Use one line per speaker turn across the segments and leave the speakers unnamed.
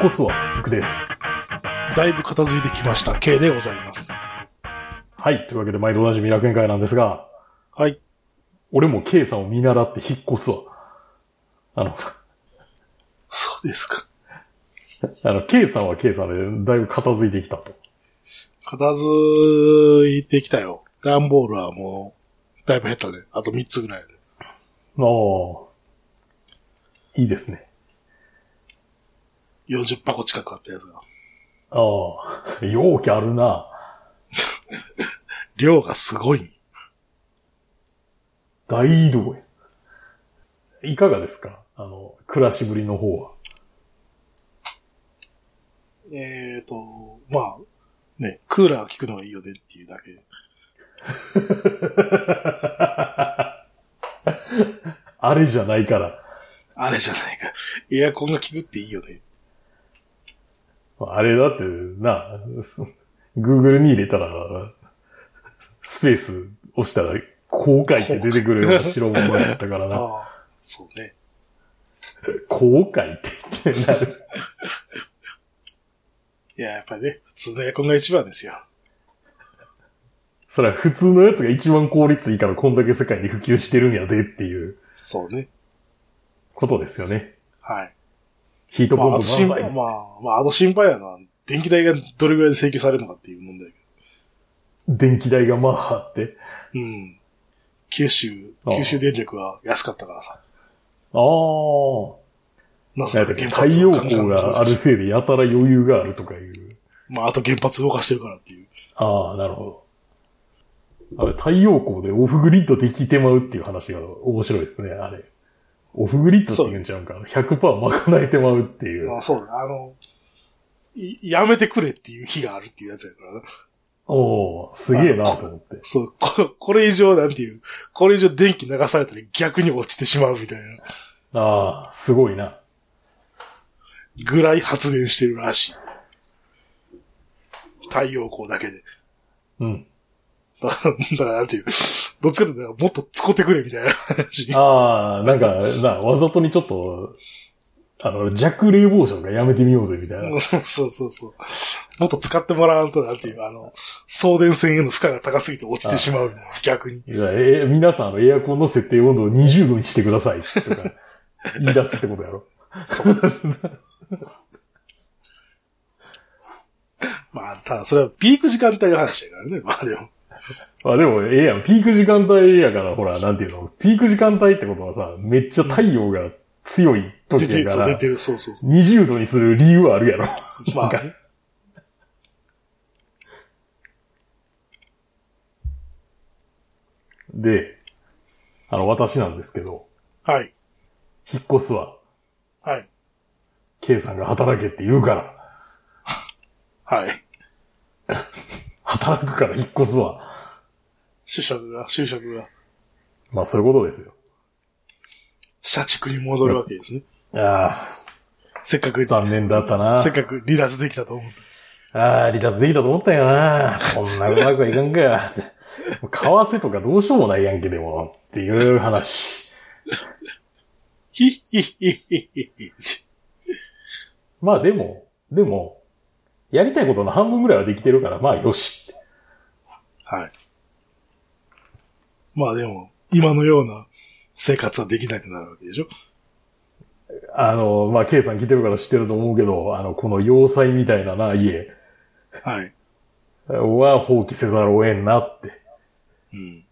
残すは僕です。
だいぶ片付いてきました。K でございます。
はい。というわけで、毎度同じみ楽園会なんですが、
はい。
俺も K さんを見習って引っ越すわ。あの、
そうですか。
あの、K さんは K さんで、だいぶ片付いてきたと。
片付いてきたよ。段ボールはもう、だいぶ減ったね。あと3つぐらいで。
ああ。いいですね。
40箱近くあったやつが。
ああ。容器あるな。
量がすごい。
大移動や。いかがですかあの、暮らしぶりの方は。
えーと、まあ、ね、クーラー効くのはいいよねっていうだけ。
あれじゃないから。
あれじゃないか。エアコンが効くっていいよね。
あれだって、な、す Google に入れたら、スペース押したら、後悔って出てくるような白物だったからな。
ああ、そうね。
後悔ってってなる。
いや、やっぱりね、普通のエアコンが一番ですよ。
それは普通のやつが一番効率いいからこんだけ世界に普及してるんやでっていう
そうね。
ことですよね。
はい。
ヒート
ま
ポンプ
あ、あと心
満
配、
載。
まあ、まあ、あと心配なのは、電気代がどれぐらいで請求されるのかっていう問題だけ
電気代がまあって。
ど。うん。九州、
ああ
九州電力は安かったからさ。
ああ。
な
なんやったっけ太陽光がある。せいでやたら余裕があるとかいう。
まあ、あと原発動かしてるからっていう。
ああ、なるほど。あれ、太陽光でオフグリッドできてまうっていう話が面白いですね、あれ。オフグリッドって言うんちゃうんか。100%賄えてまうっていう。
ま
あ
あ、そうね。あの、いやめてくれっていう日があるっていうやつやからな。
おおすげえなと思って。
そう、ここれ以上なんていう、これ以上電気流されたら逆に落ちてしまうみたいな
ああ、すごいな。
ぐらい発電してるらしい。太陽光だけで。
うん。
だだからなんていう、どっちかというとなんかもっと使ってくれみたいな話。
ああ、なんか、な、わざとにちょっと、あの、弱冷房車がやめてみようぜ、みたいな。
そうそうそうそう。もっと使ってもらわんとなんていう、あの、送電線への負荷が高すぎて落ちてしまうみたいな。逆に。
いやえ皆さん、あの、エアコンの設定温度を20度にしてください、とか、言い出すってことやろ。
そうです。まあ、ただそれはピーク時間帯の話だからね。まあでも。
まあでも、ええやん。ピーク時間帯やから、ほら、なんていうの。ピーク時間帯ってことはさ、めっちゃ太陽が強い
出
時
て
や
る、
か
そう出
ら
て、る、そうそうそ
20度にする理由はあるやろ。
う。まあね、
で、あの、私なんですけど、
はい。
引っ越すは、
はい。
K さんが働けって言うから、
はい。
働くから引っ越すわ。
就職が、就職が、
まあ、そういうことですよ。
社畜に戻るわけですね。
ああ、
せっかく、せっ
残念だったな。
かく離脱できたと思って。
ああ、離脱できたと思ったよな。そんなうまくはいかんか。為替とかどうしようもないやんけ、でも。っていう話。
ひっひっひっひっひっひっ。
まあでも、でも、やりたいことの半分ぐらいはできてるから、まあよしって。
はい。まあでも、今のような生活はできなくなるわけでしょ
あの、まあ、K さん来てるから知ってると思うけど、あの、この要塞みたいなな、家
はい。
は放棄せざるを得んなって。
うん。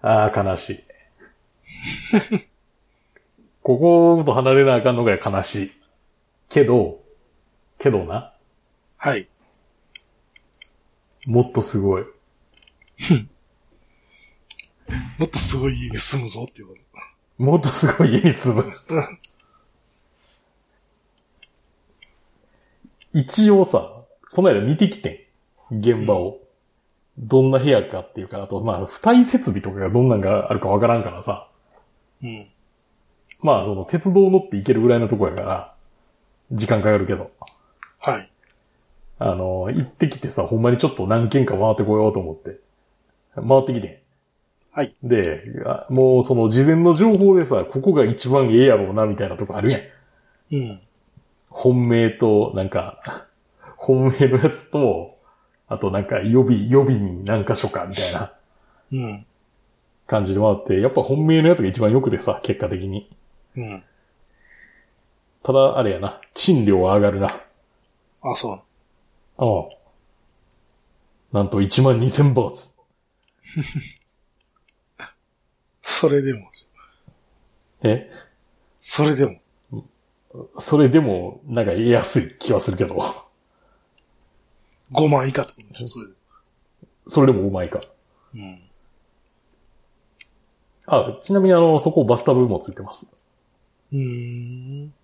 ああ、悲しい。ここと離れなあかんのが悲しい。けど、けどな、
はい。
もっとすごい。
もっとすごい家に住むぞっていうこと。
もっとすごい家に住む。一応さ、この間見てきてん。現場を。どんな部屋かっていうか、あと、まあ、付帯設備とかがどんなんがあるかわからんからさ。
うん。
まあ、その、鉄道乗って行けるぐらいのとこやから、時間かかるけど。
はい。
あの、行ってきてさ、ほんまにちょっと何軒か回ってこようと思って。回ってきてん。
はい。
で、あもうその事前の情報でさ、ここが一番ええやろうな、みたいなとこあるやん。
うん。
本命と、なんか、本命のやつと、あとなんか予備、予備に何箇所かみたいな
うん。
感じでもあって、やっぱ本命のやつが一番良くてさ、結果的に。
うん。
ただ、あれやな、賃料は上がるな。あ
あ、そ
あ。なんと1万2000バーツ。
う。それでも。
え
それでも。
それでも、なんか安い気はするけど。
5万以下ってことでしょ、それで。
それでもうまいか。
うん。
あ、ちなみにあの、そこバスタブもついてます。
うーん。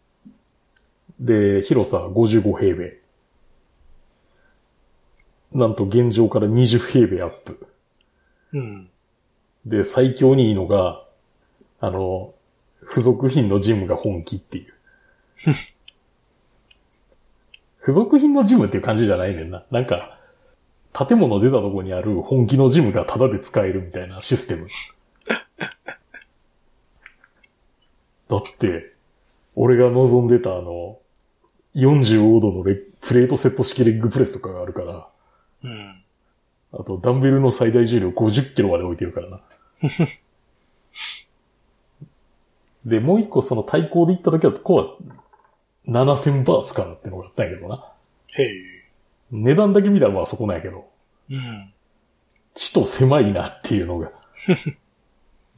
で、広さ55平米。なんと現状から20平米アップ。
うん。
で、最強にいいのが、あの、付属品のジムが本気っていう。付属品のジムっていう感じじゃないねんな。なんか、建物出たとこにある本気のジムがタダで使えるみたいなシステム。だって、俺が望んでたあの、45度のレプレートセット式レッグプレスとかがあるから、
うん。
あと、ダンベルの最大重量50キロまで置いてるからな。で、もう一個その対抗で行った時は、こうは7000バーツからってのがあったんやけどな。
へい。
値段だけ見たらまあそこなんやけど、
うん。
地と狭いなっていうのが。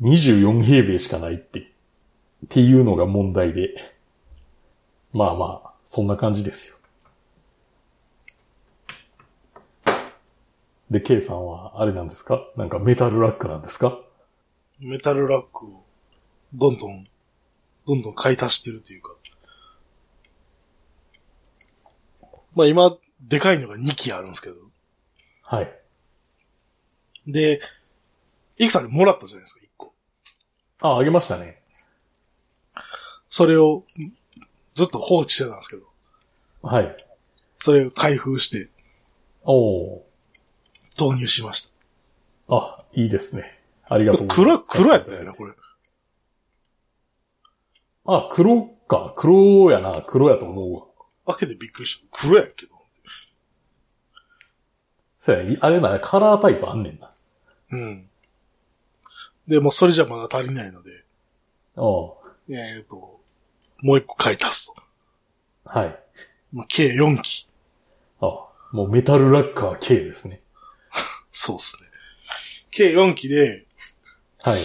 24平米しかないって、っていうのが問題で。まあまあ、そんな感じですよ。で、K さんは、あれなんですかなんかメタルラックなんですか
メタルラックを、どんどん、どんどん買い足してるっていうか。まあ今、でかいのが2機あるんですけど。
はい。
で、イクさんにもらったじゃないですか、1個。
あ、あげましたね。
それを、んずっと放置してたんですけど。
はい。
それを開封して、
おお
導入しまし
ー。あ、いいですね。ありが
た。
とうございま
黒、
す。
黒やったよね、これ。
あ、黒か。黒やな。黒やと思うわ。
開けてびっくりした。黒やけど。
そうやね。あれな、カラータイプあんねんな。
うん。で、もうそれじゃまだ足りないので、
おお。
えっ、と、もう1個買い足すと。
はい。
まあ、計4機。
あ、もうメタルラッカー K ですね。
そうっすね。計4機で、
はい。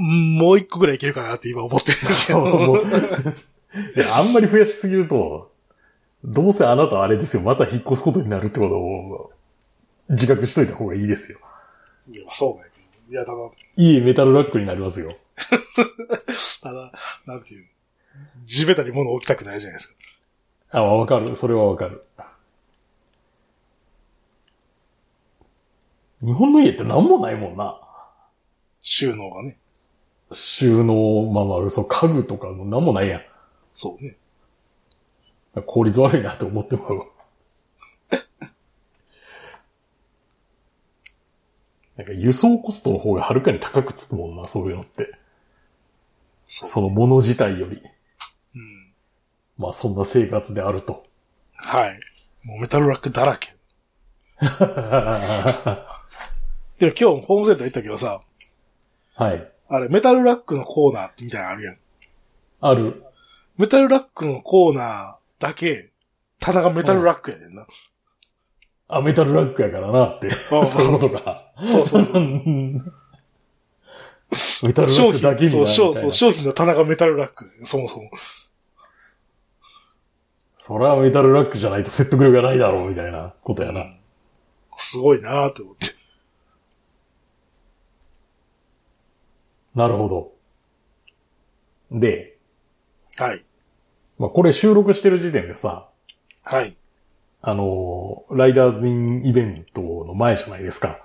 んもう1個ぐらいいけるかなって今思ってるけ ど。
もういや、あんまり増やしすぎると、どうせあなたあれですよ、また引っ越すことになるってことを自覚しといた方がいいですよ。
いや、そうだけど。いや、ただ、
いいメタルラックになりますよ。
ただ、なんていう。地べたに物置きたくないじゃないですか。
あ、わかる。それはわかる。日本の家って何もないもんな。
収納がね。
収納、まあまあ、そう、家具とかも何もないやん。
そうね。
効率悪いなと思ってもらうわ。 なんか輸送コストの方がはるかに高くつくもんな、そういうのって。
そう。
そのもの自体より。
うん。
まあそんな生活であると。
はい。もうメタルラックだらけ。でも今日もホームセンター行ったけどさ、
はい。
あれ、メタルラックのコーナーみたいなのあるやん。
ある。
メタルラックのコーナーだけ、棚がメタルラックやねんな。
あ、メタルラックやからなっ て。
ああ
そういうことか。
そうそうそう。
メタルラ
商
ック
品
だけになみたい
そうそ
な
うそう、商品の棚がメタルラック。そもそも。
それはメタルラックじゃないと説得力がないだろう、みたいなことやな。
すごいなーって思って。
なるほど。で、
はい。
まあ、これ収録してる時点でさ、
はい。
あのーライダーズインイベントの前じゃないですか。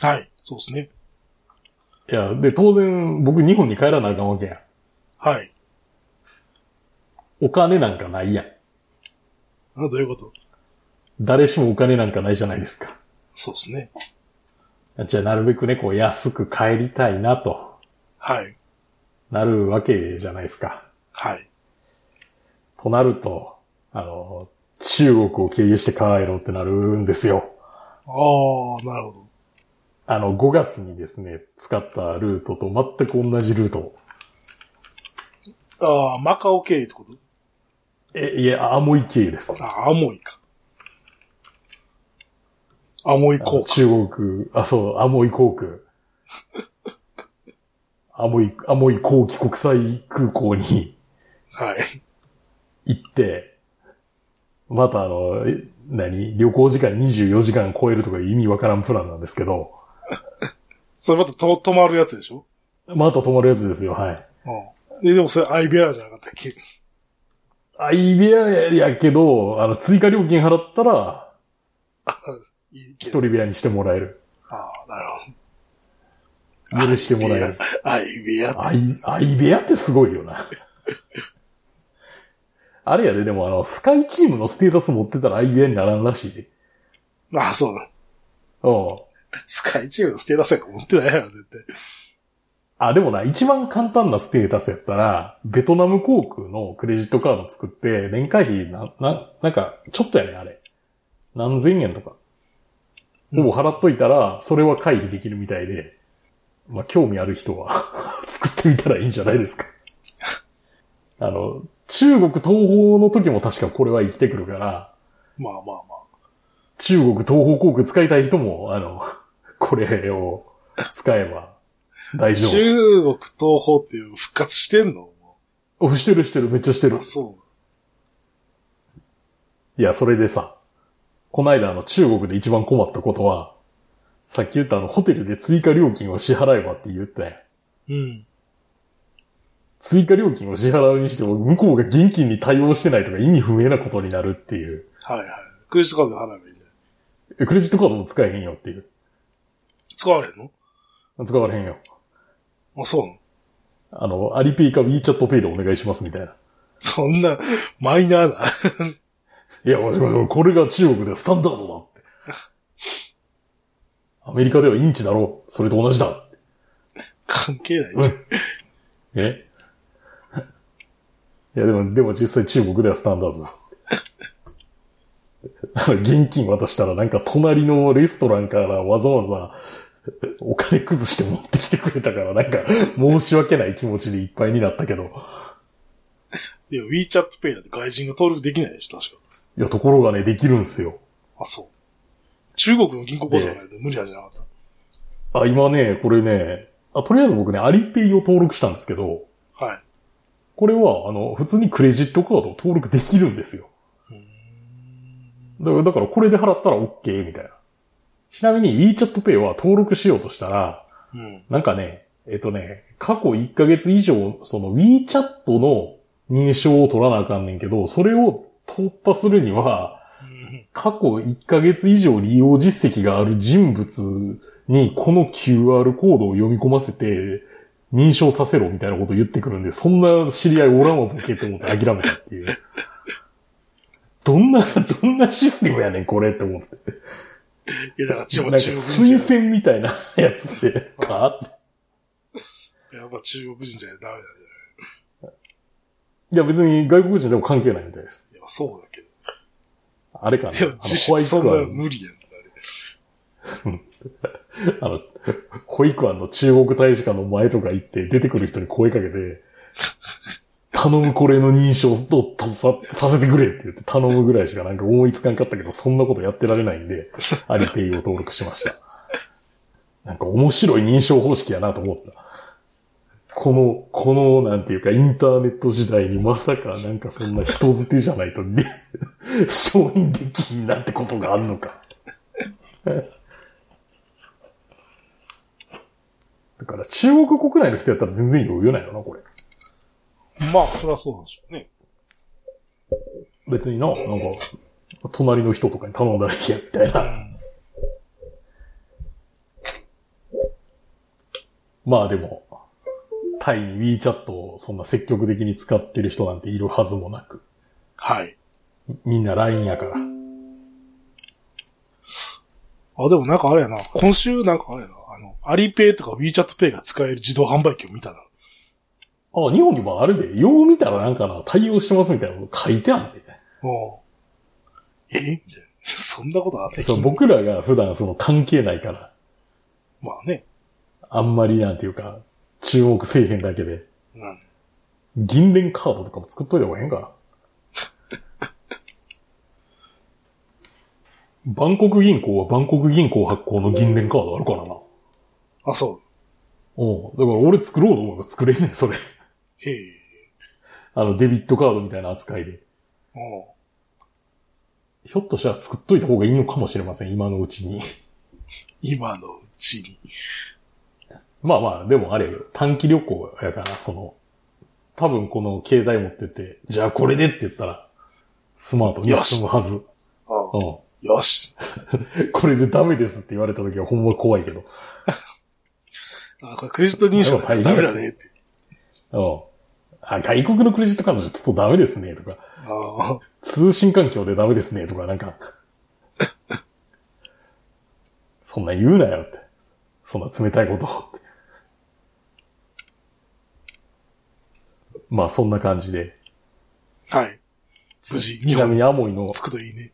はい。そうですね。
いや、で、当然、僕日本に帰らなあかんわけやん。
はい。
お金なんかないやん。
あどういうこと
誰しもお金なんかないじゃないですか。
そうですね。
じゃあ、なるべくね、こう、安く帰りたいなと、
はい。
なるわけじゃないですか。
はい。
となると、あの、中国を経由して帰ろうってなるんですよ。
ああ、なるほど。
あの、5月にですね、使ったルートと全く同じルート。
ああ、マカオ経由ってこと
え、いや、アモイ経由です。
ああ、アモイか。アモイ
あの
効果。
中国、あ、そう、アモイ航空。 アモイ、アモイ後期国際空港に
はい。
行って、またあの、え何旅行時間24時間超えるとかいう意味わからんプランなんですけど、
それまたと止まるやつでしょ
また泊まるやつですよ、はい。
うん。で、でもそれアイベアじゃなかったっけ
あ、イビアやけど、あの、追加料金払ったら、
いい
一
けど
人部屋にしてもらえる。
ああ、なるほど。
許してもらえる。
アイベアって。
アイ、アイベアってすごいよな。あれやで、でもあの、スカイチームのステータス持ってたらアイベアにならんらしいで。
ああ、そうだ。
うん。
スカイチームのステータスなんか持ってないやろ、絶対。
あ、でもな、一番簡単なステータスやったら、ベトナム航空のクレジットカード作って、年会費な、な、なんか、ちょっとやねんあれ。何千円とか。
うん
を払っといたら、それは回避できるみたいで、まあ、興味ある人は、 作ってみたらいいんじゃない ですか。あの、中国東方の時も確かこれは生きてくるから、
まあまあまあ。
中国東方航空使いたい人も、あの、これを使えば大丈
中
夫。
国東方っていう復活してんのも
オフしてるしてる、めっちゃして
う
る
あ、。そ
いや、それでさ、こないだあの中国で一番困ったことは、さっき言ったあのホテルで追加料金を支払えばって言ったやん。
う。うん。
追加料金を支払うにしても、向こうが現金に対応してないとか意味不明なことになるっていう。
はいはい。クレジットカードで払えばいいんじゃない
えクレジットカードも使えへんよっていう。
使われへんの
使われへんよ。
あ、そうなの
あの、アリペイか WeChatPay でお願いしますみたいな。
そんな、マイナーな。
いや、わしわしこれが中国ではスタンダードだって。アメリカではインチだろう。それと同じだ。
関係ない。
うんえ いや、でも、でも実際中国ではスタンダードだ。あの 現金渡したらなんか隣のレストランからわざわざお金崩して持ってきてくれたからなんか申し訳ない気持ちでいっぱいになったけど。
いや、WeChat Pay だって外人が登録できないでしょ、確か。
いや、ところがね、できるんすよ。
あ、そう。中国の銀行口座がないと無理なんじゃなかった。
あ、今ね、これね、あとりあえず僕ね、アリペイを登録したんですけど、
はい。
これは、あの、普通にクレジットカードを登録できるんですよ。だから、だからこれで払ったら OK みたいな。ちなみに WeChat Pay は登録しようとしたら、
うん。
なんかね、えっとね、過去1ヶ月以上、その WeChat の認証を取らなあかんねんけど、それを突破するには、
うん
過去1ヶ月以上利用実績がある人物にこの QR コードを読み込ませて、認証させろみたいなこと言ってくるんで、そんな知り合いおらんわボケって思って諦めたっていう。どんな、どんなシステムやねん、これって思って。
いや、だから中
なん
国
か
中国人
推
じ
薦みたいなやつで、パーって。
ゃ。やっぱ中国人じゃダメなんじゃない
いや別に外国人でも関係ないみたいです。
いや、そうだけど。
あれかな。
で
あ
も
の、
実
ホワ
質
イ
そん
ト
な
ア
の
ン
無理やん。
あの、保育園の中国大使館の前とか行って出てくる人に声かけて、頼むこれの認証を突破させてくれって言って頼むぐらいしかなんか思いつかんかったけど、そんなことやってられないんで、アリペイを登録しました。なんか面白い認証方式やなと思った。この、この、なんていうか、インターネット時代にまさかなんかそんな人づてじゃないと、ね、 承認できんなんてことがあんのか。だから中国国内の人やったら全然余裕ないよな、これ。
まあ、そりゃそうなんでしょうね。
別にな、なんか、隣の人とかに頼んだらいいや、みたいな。 まあでも、タイに WeChat をそんな積極的に使ってる人なんているはずもなく。
はい。
みんな LINE やから。
あ、でもなんかあれやな。今週なんかあれやな。あの、アリペイとか WeChat Pay が使える自動販売機を見たな。
あ、日本にもあるで、よう見たらなんかな、対応してますみたいなこと書いてあんで。
もう、えみたいな。 そんなことあって
そう、僕らが普段その関係ないから、
まあね。
あんまりなんていうか、注目せえへんだけで、
うん。
銀連カードとかも作っといた方がええんかな。バンコク銀行はバンコク銀行発行の銀連カードあるからな。
あ、そ
うん。だから俺作ろうと思えば作れんねん、それ。
う。へえ。
あの、デビットカードみたいな扱いで。
おう
ひょっとしたら作っといた方がいいのかもしれません、今のうちに。
今のうちに。
まあまあ、でもあれよ、短期旅行やから、その、多分この携帯持ってて、じゃあこれでって言ったら、スマートに進むはず。
ああ
うん。
よし。
これでダメですって言われた時はほんま怖いけど。
あこれクレジット認証だからダメだねって。
うん。あ、外国のクレジットカードじゃちょっとダメですね、とか。
ああ。
通信環境でダメですね、とか、なんか。 そんなん言うなよって。そんな冷たいことをって。まあ、そんな感じで。
はい。無事、
ち
日
な
本
み
に
にアモイの、
つくといいね。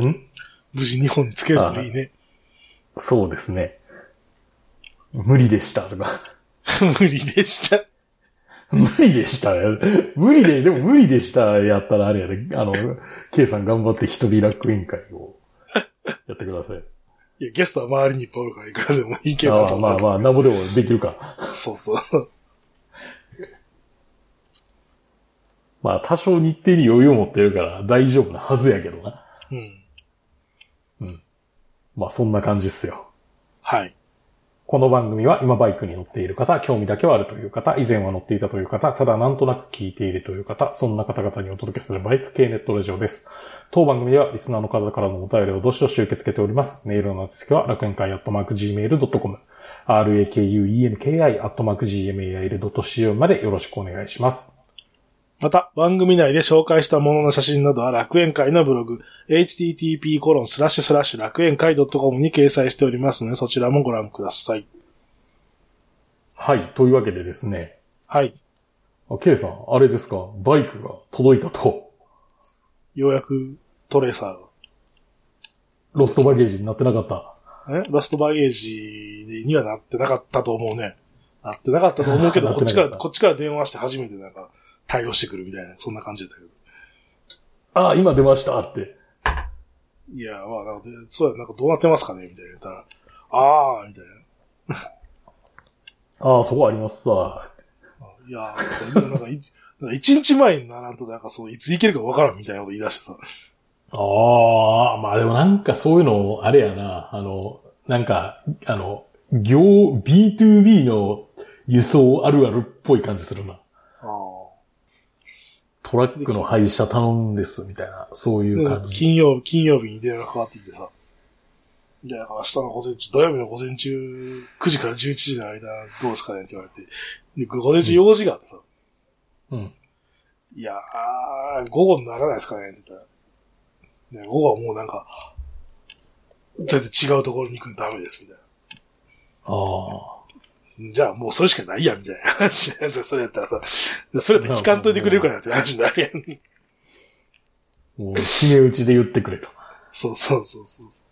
ん
無事日本につけるといいね。
そうですね。無理でした、とか。
無理でした。
無理でした。無理で、でも無理でした。やったらあれやで、あの、ケイさん頑張って一人楽園会をやってください。
いや、ゲストは周りにいっぱいおるからいくらでもいいけど
あ
と
あま
思
あ
って。
まあ、なんぼでもできるか。
そうそう。
まあ、多少日程に余裕を持ってるから大丈夫なはずやけどな。
うん。
まあ、そんな感じっすよ。
はい。
この番組は今バイクに乗っている方、興味だけはあるという方、以前は乗っていたという方、ただなんとなく聞いているという方、そんな方々にお届けするバイク系ネットラジオです。当番組ではリスナーの方からのお便りをどしどし受け付けております。メールの宛先は楽園会アットマーク Gmail.com、rakuenki アットマーク Gmail.co までよろしくお願いします。
また、番組内で紹介したものの写真などは楽園会のブログ、http コロンスラッシュスラッシュ楽園会 .com に掲載しておりますので、そちらもご覧ください。
はい。というわけでですね、
はい。
あ K さん、あれですか、バイクが届いたと、
ようやくトレーサ
ロストバゲージになってなかった。
ーが。えラストバゲージにはなってなかったと思うね。なってなかったと思うけど、
なって
こっ
な
ち
か
か
っ
ら、
た
こっちから電話して初めてなんか対応してくるみたいな、そんな感じだったけど。
ああ、今出ましたって。
いや、まあ、なんか、そうや、なんかどうなってますかねみたいな言ったら、あー、みたいな。
ああ、そこありますさ。
いやー、でもなんかいつ、なんか一日前にならんと、なんかそう、いつ行けるかわからんみたいなこと言い出してさ。
ああ、まあでもなんかそういうの、あれやな、あの、なんか、あの、業、B2B の輸送あるあるっぽい感じするな。
あー
トラックの配車頼んです、みたいな、そういう
なん
感
か
じ。
金曜、金曜日に電話かかってきてさ。いや、明日の午前中、土曜日の午前中、9時から11時の間、どうですかねって言われて。で、午前中用事があってさ。
うん。
いやー、午後にならないですかねって言ったら。ね、午後はもうなんか、全然違うところに行くのダメです、みたいな。
ああ。
じゃあもうそれしかないや、みたいな話になるじゃんそれやったらさ、それやったら聞かんといてくれるからなって話になるやん。
もう、決め打ちで言ってくれと。
そうそうそうそうそ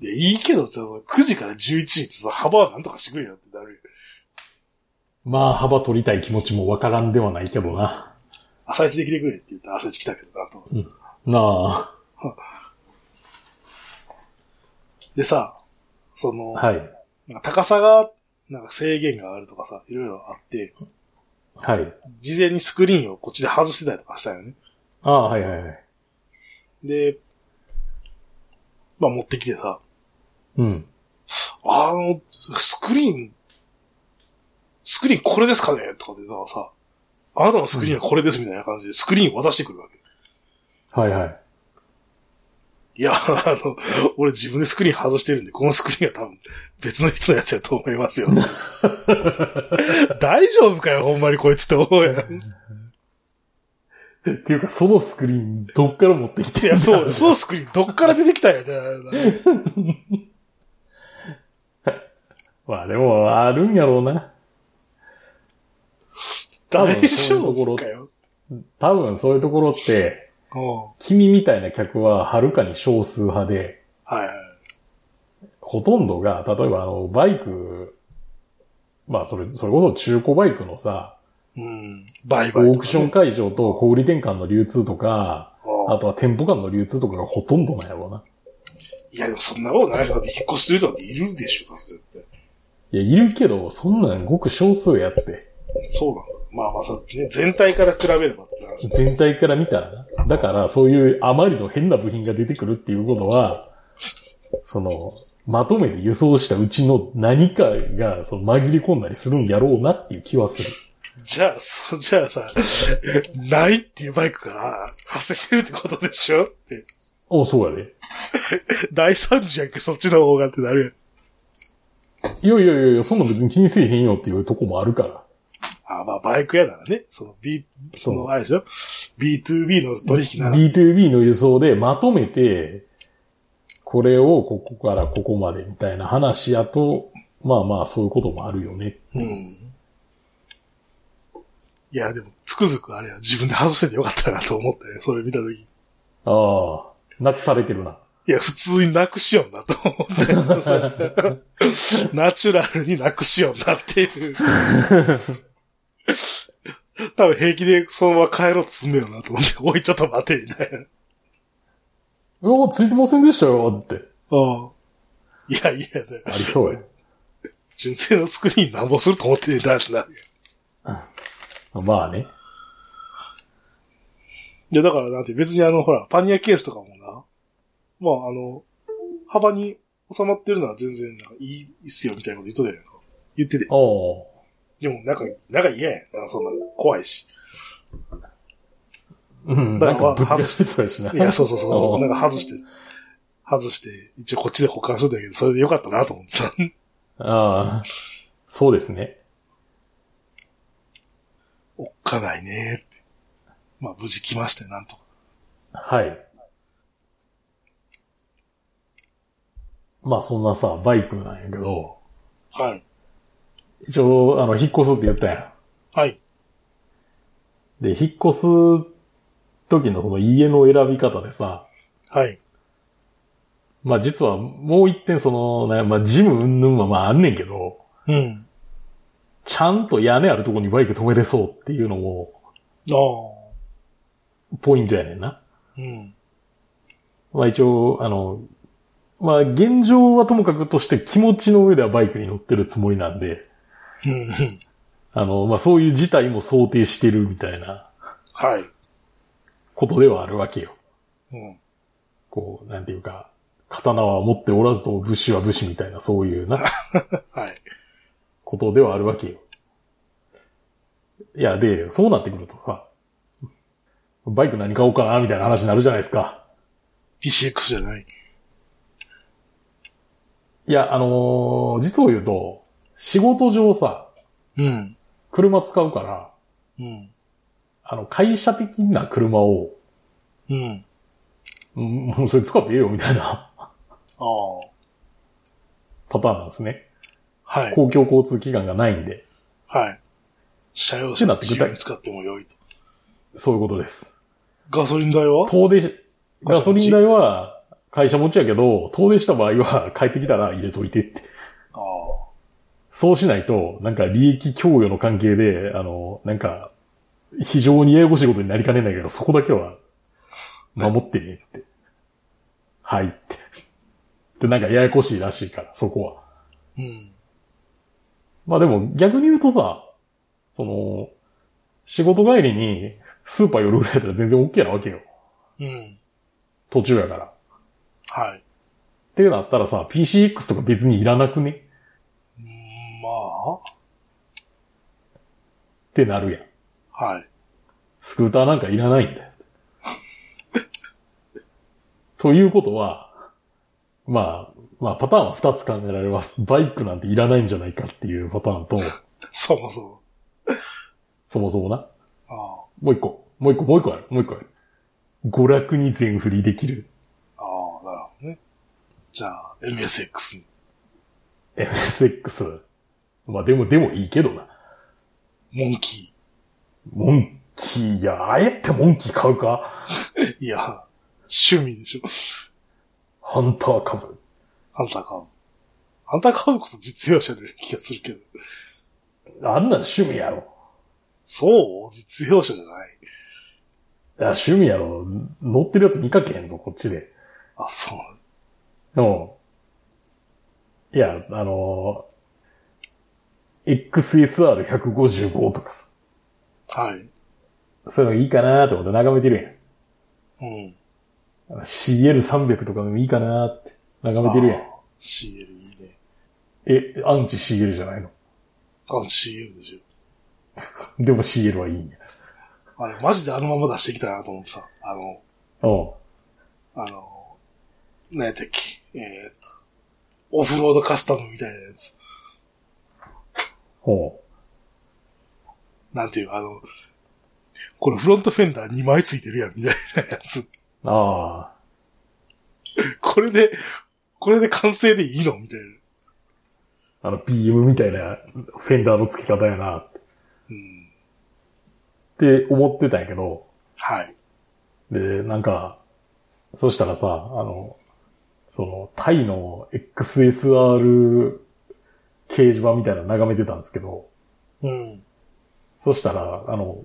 う。いや、いいけどさ、その9時から11時ってさ、幅はなんとかしてくれよってなるよ。
まあ、幅取りたい気持ちもわからんではないけどな。
朝一で来てくれって言ったら朝一来たけどなと。
なあ。
でさ、その、
はい。
なんか高さが、なんか制限があるとかさ、いろいろあって、
はい。
事前にスクリーンをこっちで外してたりとかしたよね。
ああ、はいはいはい。
で、まあ持ってきてさ、
うん。
あの、スクリーン、スクリーンこれですかねとかで、だからさ、あなたのスクリーンはこれですみたいな感じで、スクリーン渡してくるわけ。
はいはい。
いや、あの、俺自分でスクリーン外してるんで、このスクリーンは多分別の人のやつやと思います よ。大丈夫かよ、ほんまにこいつって思うやん。
っていうか、そのスクリーン、どっから持ってきて
いや、そう、そうスクリーンどっから出てきたんや、ね、
まあでも、あるんやろうな。多分
大丈
そういうところ
夫かよ。
多分そういうところって、
うん
君みたいな客ははるかに少数派で、
はいはい。
ほとんどが、例えばあの、バイク、まあそれ、それこそ中古バイクのさ、
うん。売買とかね。
オークション会場と小売転換の流通とか、
あ
あ
あ
とは店舗間の流通とかがほとんどなんやろうな。
いや、でもそんなことないでしょ。だって引っ越してる人だっているでしょ、だって絶対。
いや、いるけど、そんなんごく少数やって。
そうなんだ。まあまあ、そうね、全体から比べればって話。
全体から見たらな。だから、そういうあまりの変な部品が出てくるっていうことは、その、まとめて輸送したうちの何かが、その紛れ込んだりするんやろうなっていう気はする。
じゃあ、そう、じゃあさ、ないっていうバイクが発生してるってことでしょって。
お、そうやで。
大惨事やんけ、そっちの方がってなるやん。
いやいやいやいや、そんなん別に気にせえへんよっていうとこもあるから。
あまあ、バイク屋ならね、その B、その、あれでしょ ?B2B の取引なら。
B2B の輸送でまとめて、これをここからここまでみたいな話やと、まあまあそういうこともあるよね。
うん。いや、でも、つくづくあれは自分で外しててよかったなと思ったね、それ見たとき。
ああ、なくされてるな。
いや、普通になくしよんなと思って。ナチュラルになくしよんなっていう。多分平気でそのまま帰ろうとすんねよなと思って、おい、ちょっと待て、みたいな。
うわ、ついてませんでしたよって。
うん。いやいや、
ありそうや。
純正のスクリーンなんぼすると思ってねえだしな。
まあね。
いや、だからなんて別にあの、ほら、パニアケースとかもな、まああの、幅に収まってるなら全然なんかいいっすよみたいなこと言っとったやんか。言ってて。
ああ。
でもなんか、なんか嫌やん。なんかそんな、怖いし。
うん、
だ
なん
からま
か
あ
ぶつかりそうやしな。
いや、そうそうそ
あ
う。
ー
なんか外して、外して、一応こっちで保管しとったんやけど、それでよかったなと思ってさ。
ああ、そうですね。
おっかないねーって。まあ無事来ましたよ、なんとか。
はい。まあそんなさ、バイクなんやけど、
はい。
一応、あの、引っ越すって言ったやん。
はい。
で、引っ越す時のその家の選び方でさ、
はい。
まあ実はもう一点その、ね、まあジム云々はまああんねんけど、
うん。
ちゃんと屋根あるとこにバイク止めれそうっていうのも
ああ。
ポイントやねんな。
うん。
まあ一応、あの、まあ現状はともかくとして気持ちの上ではバイクに乗ってるつもりなんで、
うんうん。
あの、まあそういう事態も想定してるみたいな
はい。
ことではあるわけよ。
うん。
こう、なんていうか、刀は持っておらずとも武士は武士みたいなそういうな。
はい。
ことではあるわけよ。いや、で、そうなってくるとさ、バイク何買おうかな、みたいな話になるじゃないですか。
PCX じゃない。
いや、あのー実を言うと、仕事上さ、
うん。
車使うから、
うん。
あの、会社的な車を、
うん。
うんもうそれ使っていいよ、みたいな
ああ。
パターンなんですね。
はい。
公共交通機関がないんで、
はい。車用
ちょ
車
っと待って
自由に使っても良いと。
そういうことです。
ガソリン代は
遠出し、ガソリン代は会社持ちやけど、遠出した場合は帰ってきたら入れといてって。
ああ。
そうしないと、なんか利益供与の関係で、あの、なんか、非常に英語仕事になりかねないけど、そこだけは、守ってねって。はいって。で、なんかややこしいらしいから、そこは。
うん。
まあでも、逆に言うとさ、その、仕事帰りに、スーパー寄るぐらいだったら全然 OK なわけよ。
うん。
途中やから。っ
はい。
ていうのあったらさ、PCX とか別にいらなくね
うんま
ってなるやん。
あ、はい。
スクーターなんかいらないんだよ。 ということは、まあ、まあパターンは2つ考えられます。バイクなんていらないんじゃないかっていうパターンと、
そもそも。
そもそもな。
あ
もう一個、もう一個、もう一個ある、もう一個ある。娯楽に全振りできる。
あ。ああ、なるほどね。じゃあ、MSX に。
MSX。まあでも、でもいいけどな。
モンキ
モンキー、いや、あえてモンキー買うか
いや、趣味でしょ。
ハンター株。
ハンター買う。ハンター買うこと実用者の気がするけど。
あんなん趣味やろ。
そう実用者じゃない。
いや、趣味やろ。乗ってるやつ見かけへんぞ、こっちで。
あ、そう。
うん。いや、あのー、XSR155 とかさ。
はい。
そういうのいいかなーってこと眺めてる
うん。
やん。CL300 とかでもいいかなーって眺めてるやん
あ。ー CL いいね。
え、アンチ CL じゃないの
あ、CL ですよ。
でも CL はいいんや。
あれ、マジであのまま出していきたいなと思ってさ。あの、
うん。
あの、何やったっけ。えーっと、オフロードカスタムみたいなやつ。
ほ
なんていう、あの、これフロントフェンダー2枚ついてるやん、みたいなやつ。
う。あ
これで、これで完成でいいのみたい
あ。
な。
あの BM みたいなフェンダーの付け方やなーっ
うん。
て思ってたんやけど、
はい。
で、なんか、そしたらさ、あの、その、タイの XSR 掲示板みたいなの眺めてたんですけど、
うん。
そしたら、あの、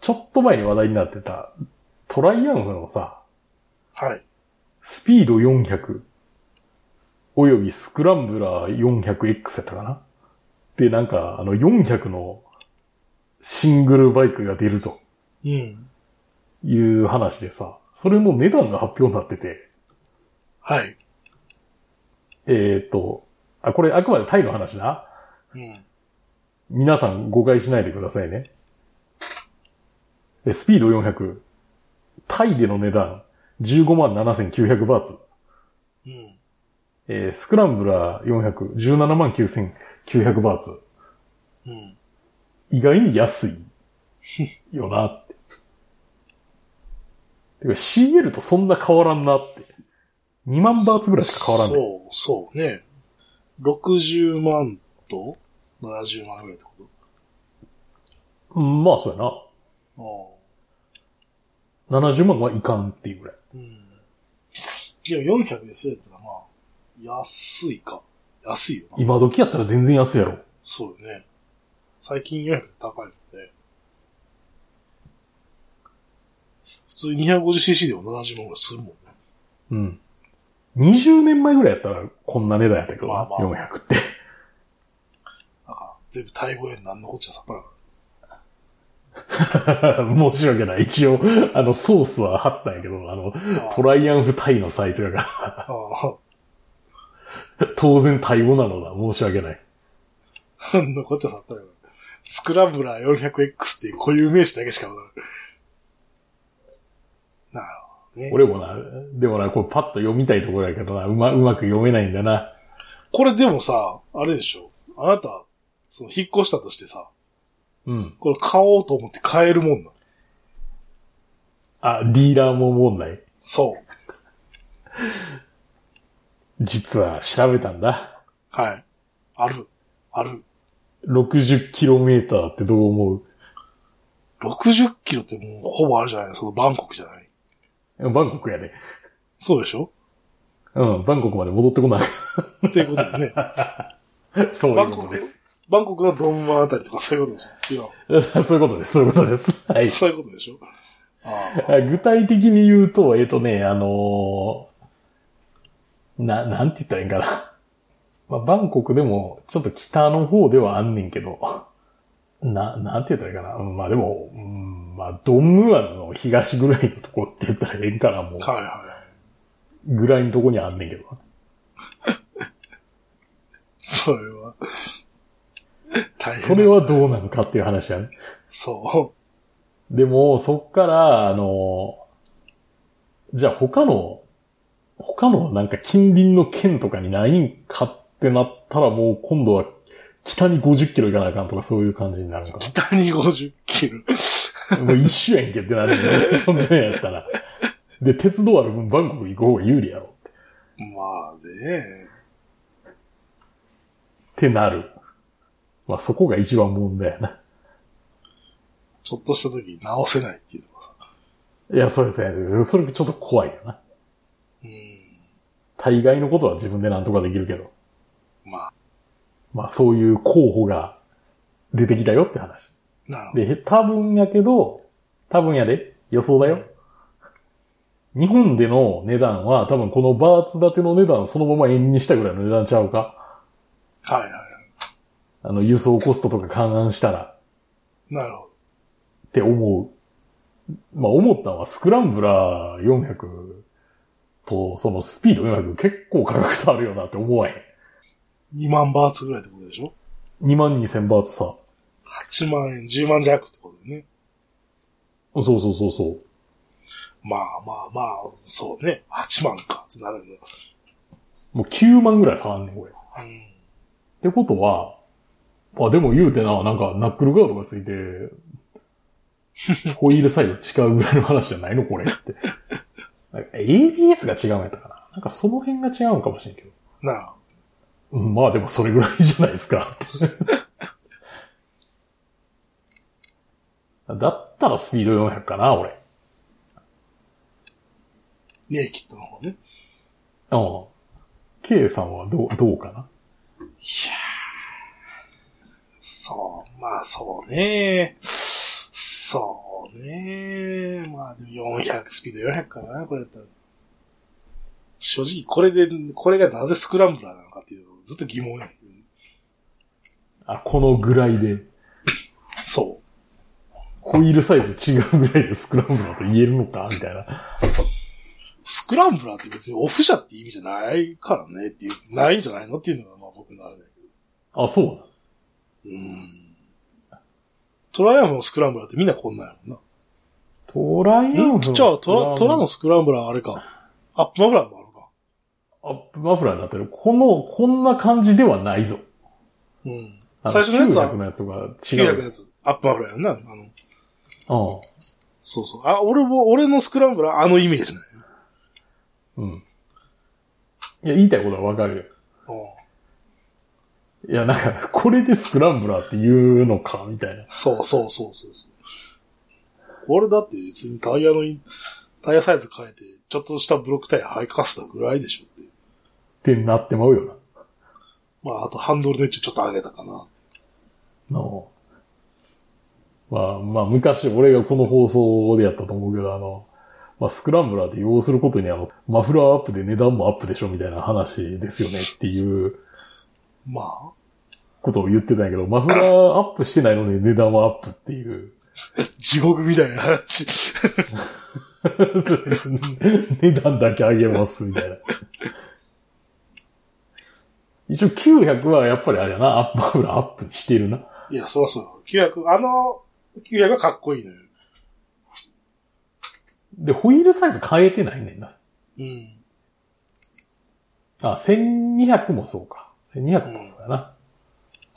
ちょっと前に話題になってた、トライアンフのさ、
はい。
スピード400、およびスクランブラー 400X やったかなで、なんか、あの、400のシングルバイクが出ると
うん。
いう話でさ、それも値段が発表になってて、
はい。
えっ、と、あ、これあくまでタイの話な。
うん。
皆さん誤解しないでくださいね。えスピード400。タイでの値段、15万7900バーツ。
うん。
えースクランブラー400、17万9900バーツ。
うん。
意外に安い。よなって。てか CL とそんな変わらんなって。2万バーツぐらいしか変わらんね
そう、そうね。60万と70万ぐらいってこ
うんまあそうやな。
と
70万はいかんっていうぐらい。
ああ。うん。いや、400でそれやったらまあ、安いか。安いよな。
今時やったら全然安いやろ。
そうよね。最近400高いもんね。普通 250cc でも70万ぐらいするもんね。
うん。20年前ぐらいやったらこんな値段やったけどな、
まあまあ
400って。
なんか、全部タイ語やんなんのこっちゃさっぱら。
申し訳ない。一応、あの、ソースは貼ったんやけど、あの、トライアンフタイのサイトやか
ああ、
ら、当然タイ語なのだ。申し訳ない。
なんのこっちゃさっぱらやから。スクランブラー 400X っていう固有名詞だけしかわからない。なるほどね。
俺もな、でもな、これパッと読みたいところやけどな、うま、うまく読めないんだな。
これでもさ、あれでしょ。あなた、その、引っ越したとしてさ、
うん。
これ買おうと思って買えるもんなの。
あ、ディーラーも問題。
そう。
実は調べたんだ。
はい。ある。ある。
60km ってどう思う
60キロってもうほぼあるじゃないそのバンコクじゃない
バンコクやで。
そうでし ょ
うん、バンコクまで戻ってこない。
っていうことだよね。
そう
バ
いう
ン
こ
コ
とです
ク。、バンコクのドンマンあたりとかそういうことでしょ
そういうことです、そういうことです。は
違う。
い。
そういうことでしょああ。
具体的に言うと、えっ、とね、あのーな、なんて言ったらいいんかな。 まあ、バンコクでも、ちょっと北の方ではあんねんけど、 な、なんて言ったらいいかな。うんまあでも、うん、まあ、ドンムアンの東ぐらいのとこって言ったらええんかな、もう。
はいはいはい。
ぐらいのとこにあんねんけど。
それは。大変です
それは。どうなのかっていう話やね。
そ
でも、そっから、あの、じゃあ他の、他のなんか近隣の県とかにないんかってなったらもう今度は北に50キロ行かなあかんとかそういう感じになるのか
う。北に50キロ。
な。もう一周やんけってなるよね。 そんなんやったら。で、鉄道ある分バンコク行く方が有利やろって。
まあね。
ってなる。まあそこが一番問題やな。
ちょっとした時に直せないっていうのがさ。
いや、そうですね。それちょっと怖いよな。
うん。
大概のことは自分でなんとかできるけど。
まあ、
まあ、そういう候補が出てきたよって話。
なるほど。
で、多分やけど、多分やで、予想だよ。日本での値段は多分このバーツ建ての値段そのまま円にしたぐらいの値段ちゃうか
はいはいは
あの、輸送コストとか勘案したら
い。なるほど。
って思う。まあ思ったのはスクランブラー400とそのスピード400結構価格差あるよなって思わへ
2万バーツぐらいってことでしょ
ん。22,000バーツさ。
?8 万円、10万弱ってことだよね。
そうそうそうそう。
まあまあまあ、そうね。8万かってなるの。
もう9万ぐらい下がんねん、これ。っ
うん。
てことは、まあでも言うてな、なんかナックルガードがついて、ホイールサイズ違うぐらいの話じゃないのこれって。なんか ABS が違うんやったかななんかその辺が違うんかもしれんけど。
なるほ
うんまあでもそれぐらいじゃないですかって。だったらスピード400かな、俺。
ど。ネイキッドの方ね。
うん。K さんはどう、どうかな
そう、まあそうね。そうね。まあでも400、スピード400かな、これだったら。正直、これで、これがなぜスクランブラーなのかっていうのをずっと疑問やけどね
あ、このぐらいで、
そ
ホイールサイズ違うぐらいでスクランブラーと言えるのかみたいな。
う。スクランブラーって別にオフ車って意味じゃないからねっていう、ないんじゃないのっていうのがまあ僕のあれだけ
あ、そうなの
ど。うん。トライアンのスクランブラーってみんなこんなんやもん
トライアン
な。
フ
ん
の
じゃあ、トラ、トラの
ス
スクランブラーあれか。アップマフラーもあるか。
クランブラーアップマフラーになってる。この、こんな感じではないぞ。
うん。
あの
最初のやつは
900のやつとか違
900の
う。
やつ。アップマフラーやんな。あの、
うん。
そうそう。あ、俺も、俺のスクランブラー、あのイメージなんよ
うん。いや、言いたいことはわかるよ。
うん
いや、なんか、これでスクランブラーって言うのか、みたいな。
そうそうそうそうそう。これだって別にタイヤのイン、タイヤサイズ変えて、ちょっとしたブロックタイヤ履かせたぐらいでしょって。
ってなってまうよ
まあ、あとハンドルの位置ちょっと上げたかな。
な。のまあ、まあ、昔、俺がこの放送でやったと思うけど、あの、まあ、スクランブラーで要することに、あの、マフラーアップで値段もアップでしょ、みたいな話ですよね、っていう
まあ、
ことを言ってたんやけど、マフラーアップしてないのに値段はアップっていう。
地獄みたいな話。
値段だけ上げます、みたいな。一応900はやっぱりあれやな、アップ、マフラーアップにしてるな。
いや、そらそうよ。900、あの、900はかっこいいのよ。
で、ホイールサイズ変えてないねんな。
うん。
あ、1200もそうか。1200もそうやな。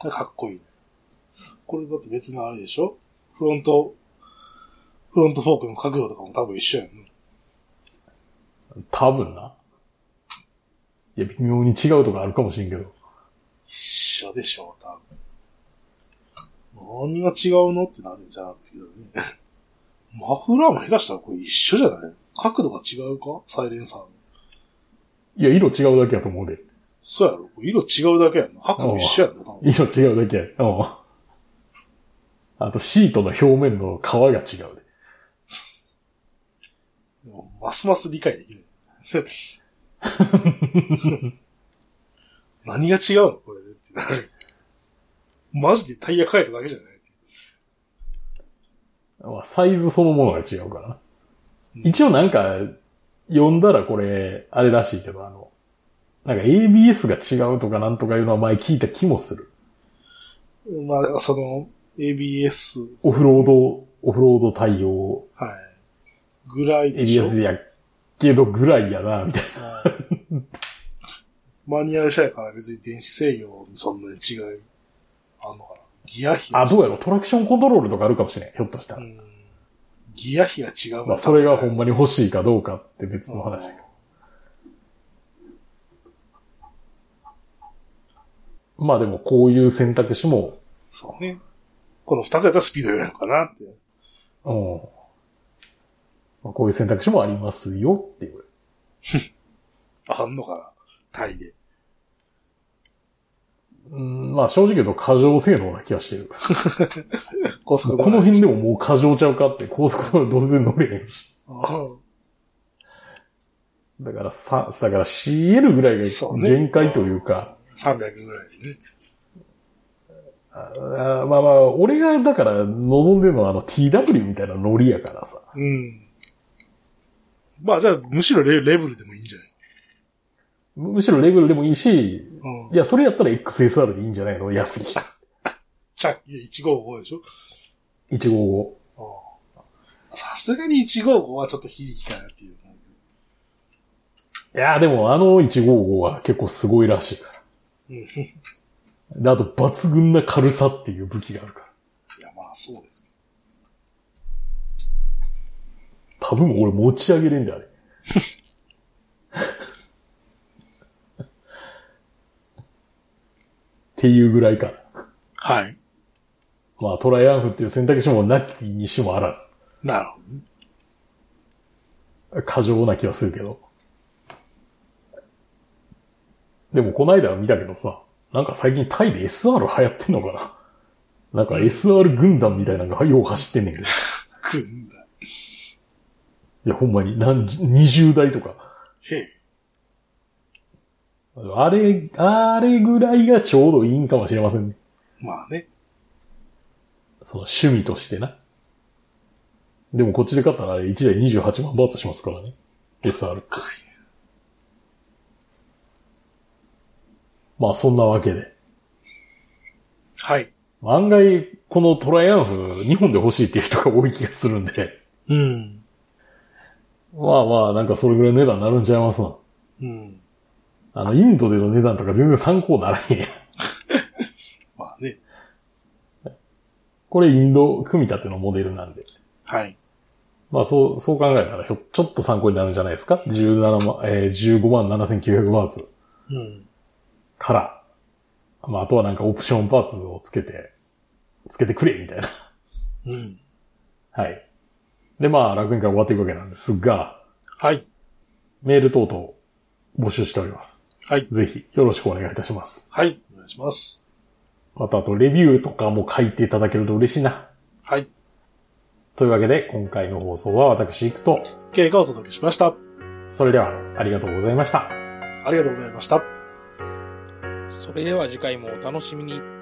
かっこいい。これだって別のあれでしょフロント、フロントフォークの角度とかも多分一緒やん、ね。
多分な。いや、微妙に違うとかあるかもしれんけど。
一緒でしょう、多分。何が違うのってなるんじゃなくてね。マフラーも下手したらこれ一緒じゃない角度が違うかサイレンサーの。
いや、色違うだけやと思うで。
そうやろこれ色違うだけやんな。角度一緒やんな、多分。
色違うだけや。うん。あと、シートの表面の皮が違うで。
でもますます理解できない。 何が違うのこれでってなる。マジでタイヤ変えただけじゃない
まあサイズそのものが違うからな。一応なんか、読んだらこれ、あれらしいけど、あの、なんか ABS が違うとかなんとかいうのは前聞いた気もする。
まあ、だからその、ABS、
オフロード、オフロード対応、
はい。ぐらいでしょ。
ABS やけどぐらいやな、みたい
うんマニュアル車やから別に電子制御にそんなに違い、あんのかな。ギア比
な。
が
あ、どうやろう、トラクションコントロールとかあるかもしれん、ひょっとした
う
ら。
んギア比が違う
まあ、それがほ
本
んまに欲しいかどうかって別の話だけど。まあでも、こういう選択肢も、
そうね。この二つやったらスピード400かなって。
うん。まあこういう選択肢もありますよっていう。
あんのかなタイで。
うん、まあ正直言うと過剰性能な気がしてる。
高速道
こ
路
の辺でももう過剰ちゃうかって高速道路どうせ乗れへんし。
うん
だからさ、だから CL ぐらい
そ
が
うね
限界というか、
300ぐらいでね。
あーまあまあ、俺がだから望んでるのはあの TW みたいなノリやからさ。
うん。まあじゃあ、むしろレレベルでもいいんじゃない
むむしろレベルでもいいし、
うん。
いや、それやったら XSR でいいんじゃないの安いし。
155でしょ
155。
さすがに155はちょっと非力かなっていう。
いやーでもあの155は結構すごいらしいから。
うん。い
で、あと抜群な軽さっていう武器があるから。
や、まあそうですけど。
多分俺持ち上げれんだよ、あれ。っていうぐらいかな。
はい。
まあトライアンフっていう選択肢もなきにしもあらず。
なるほどね。
過剰な気はするけど。でもこの間見たけどさ、なんか最近タイで SR 流行ってんのかななんか SR 軍団みたいなのがよう走ってんねんけど。
組んだ。
いやほんまに何十、20代とか。
へえ。
あれ、あれぐらいがちょうどいいんかもしれませんね。
まあね。
その趣味としてな。でもこっちで買ったらあれ1台28万バーツしますからね。SR。まあそんなわけで。
はい。
案外、このトライアンフ、日本で欲しいっていう人が多い気がするんで。
うん。
まあまあ、なんかそれぐらいの値段になるんちゃいますな。
うん。
あの、インドでの値段とか全然参考にならへんやん。
まあね。
これインド組み立てのモデルなんで。
はい。
まあそう、そう考えたらひょ、ちょっと参考になるんじゃないですか ?17 万、えー、15万7900バーツ
うん。
から、まああとはなんかオプションパーツをつけて、つけてくれみたいな。
うん。
はい。でまあ楽園会終わっていくわけなんですが、
はい。
メール等々募集しております。
はい。
ぜひよろしくお願いいたします。
はい。お願いします。
またあとレビューとかも書いていただけると嬉しいな。
はい。
というわけで今回の放送は私行くと、
経過をお届けしました。
それではありがとうございました。
ありがとうございました。
それでは次回もお楽しみに。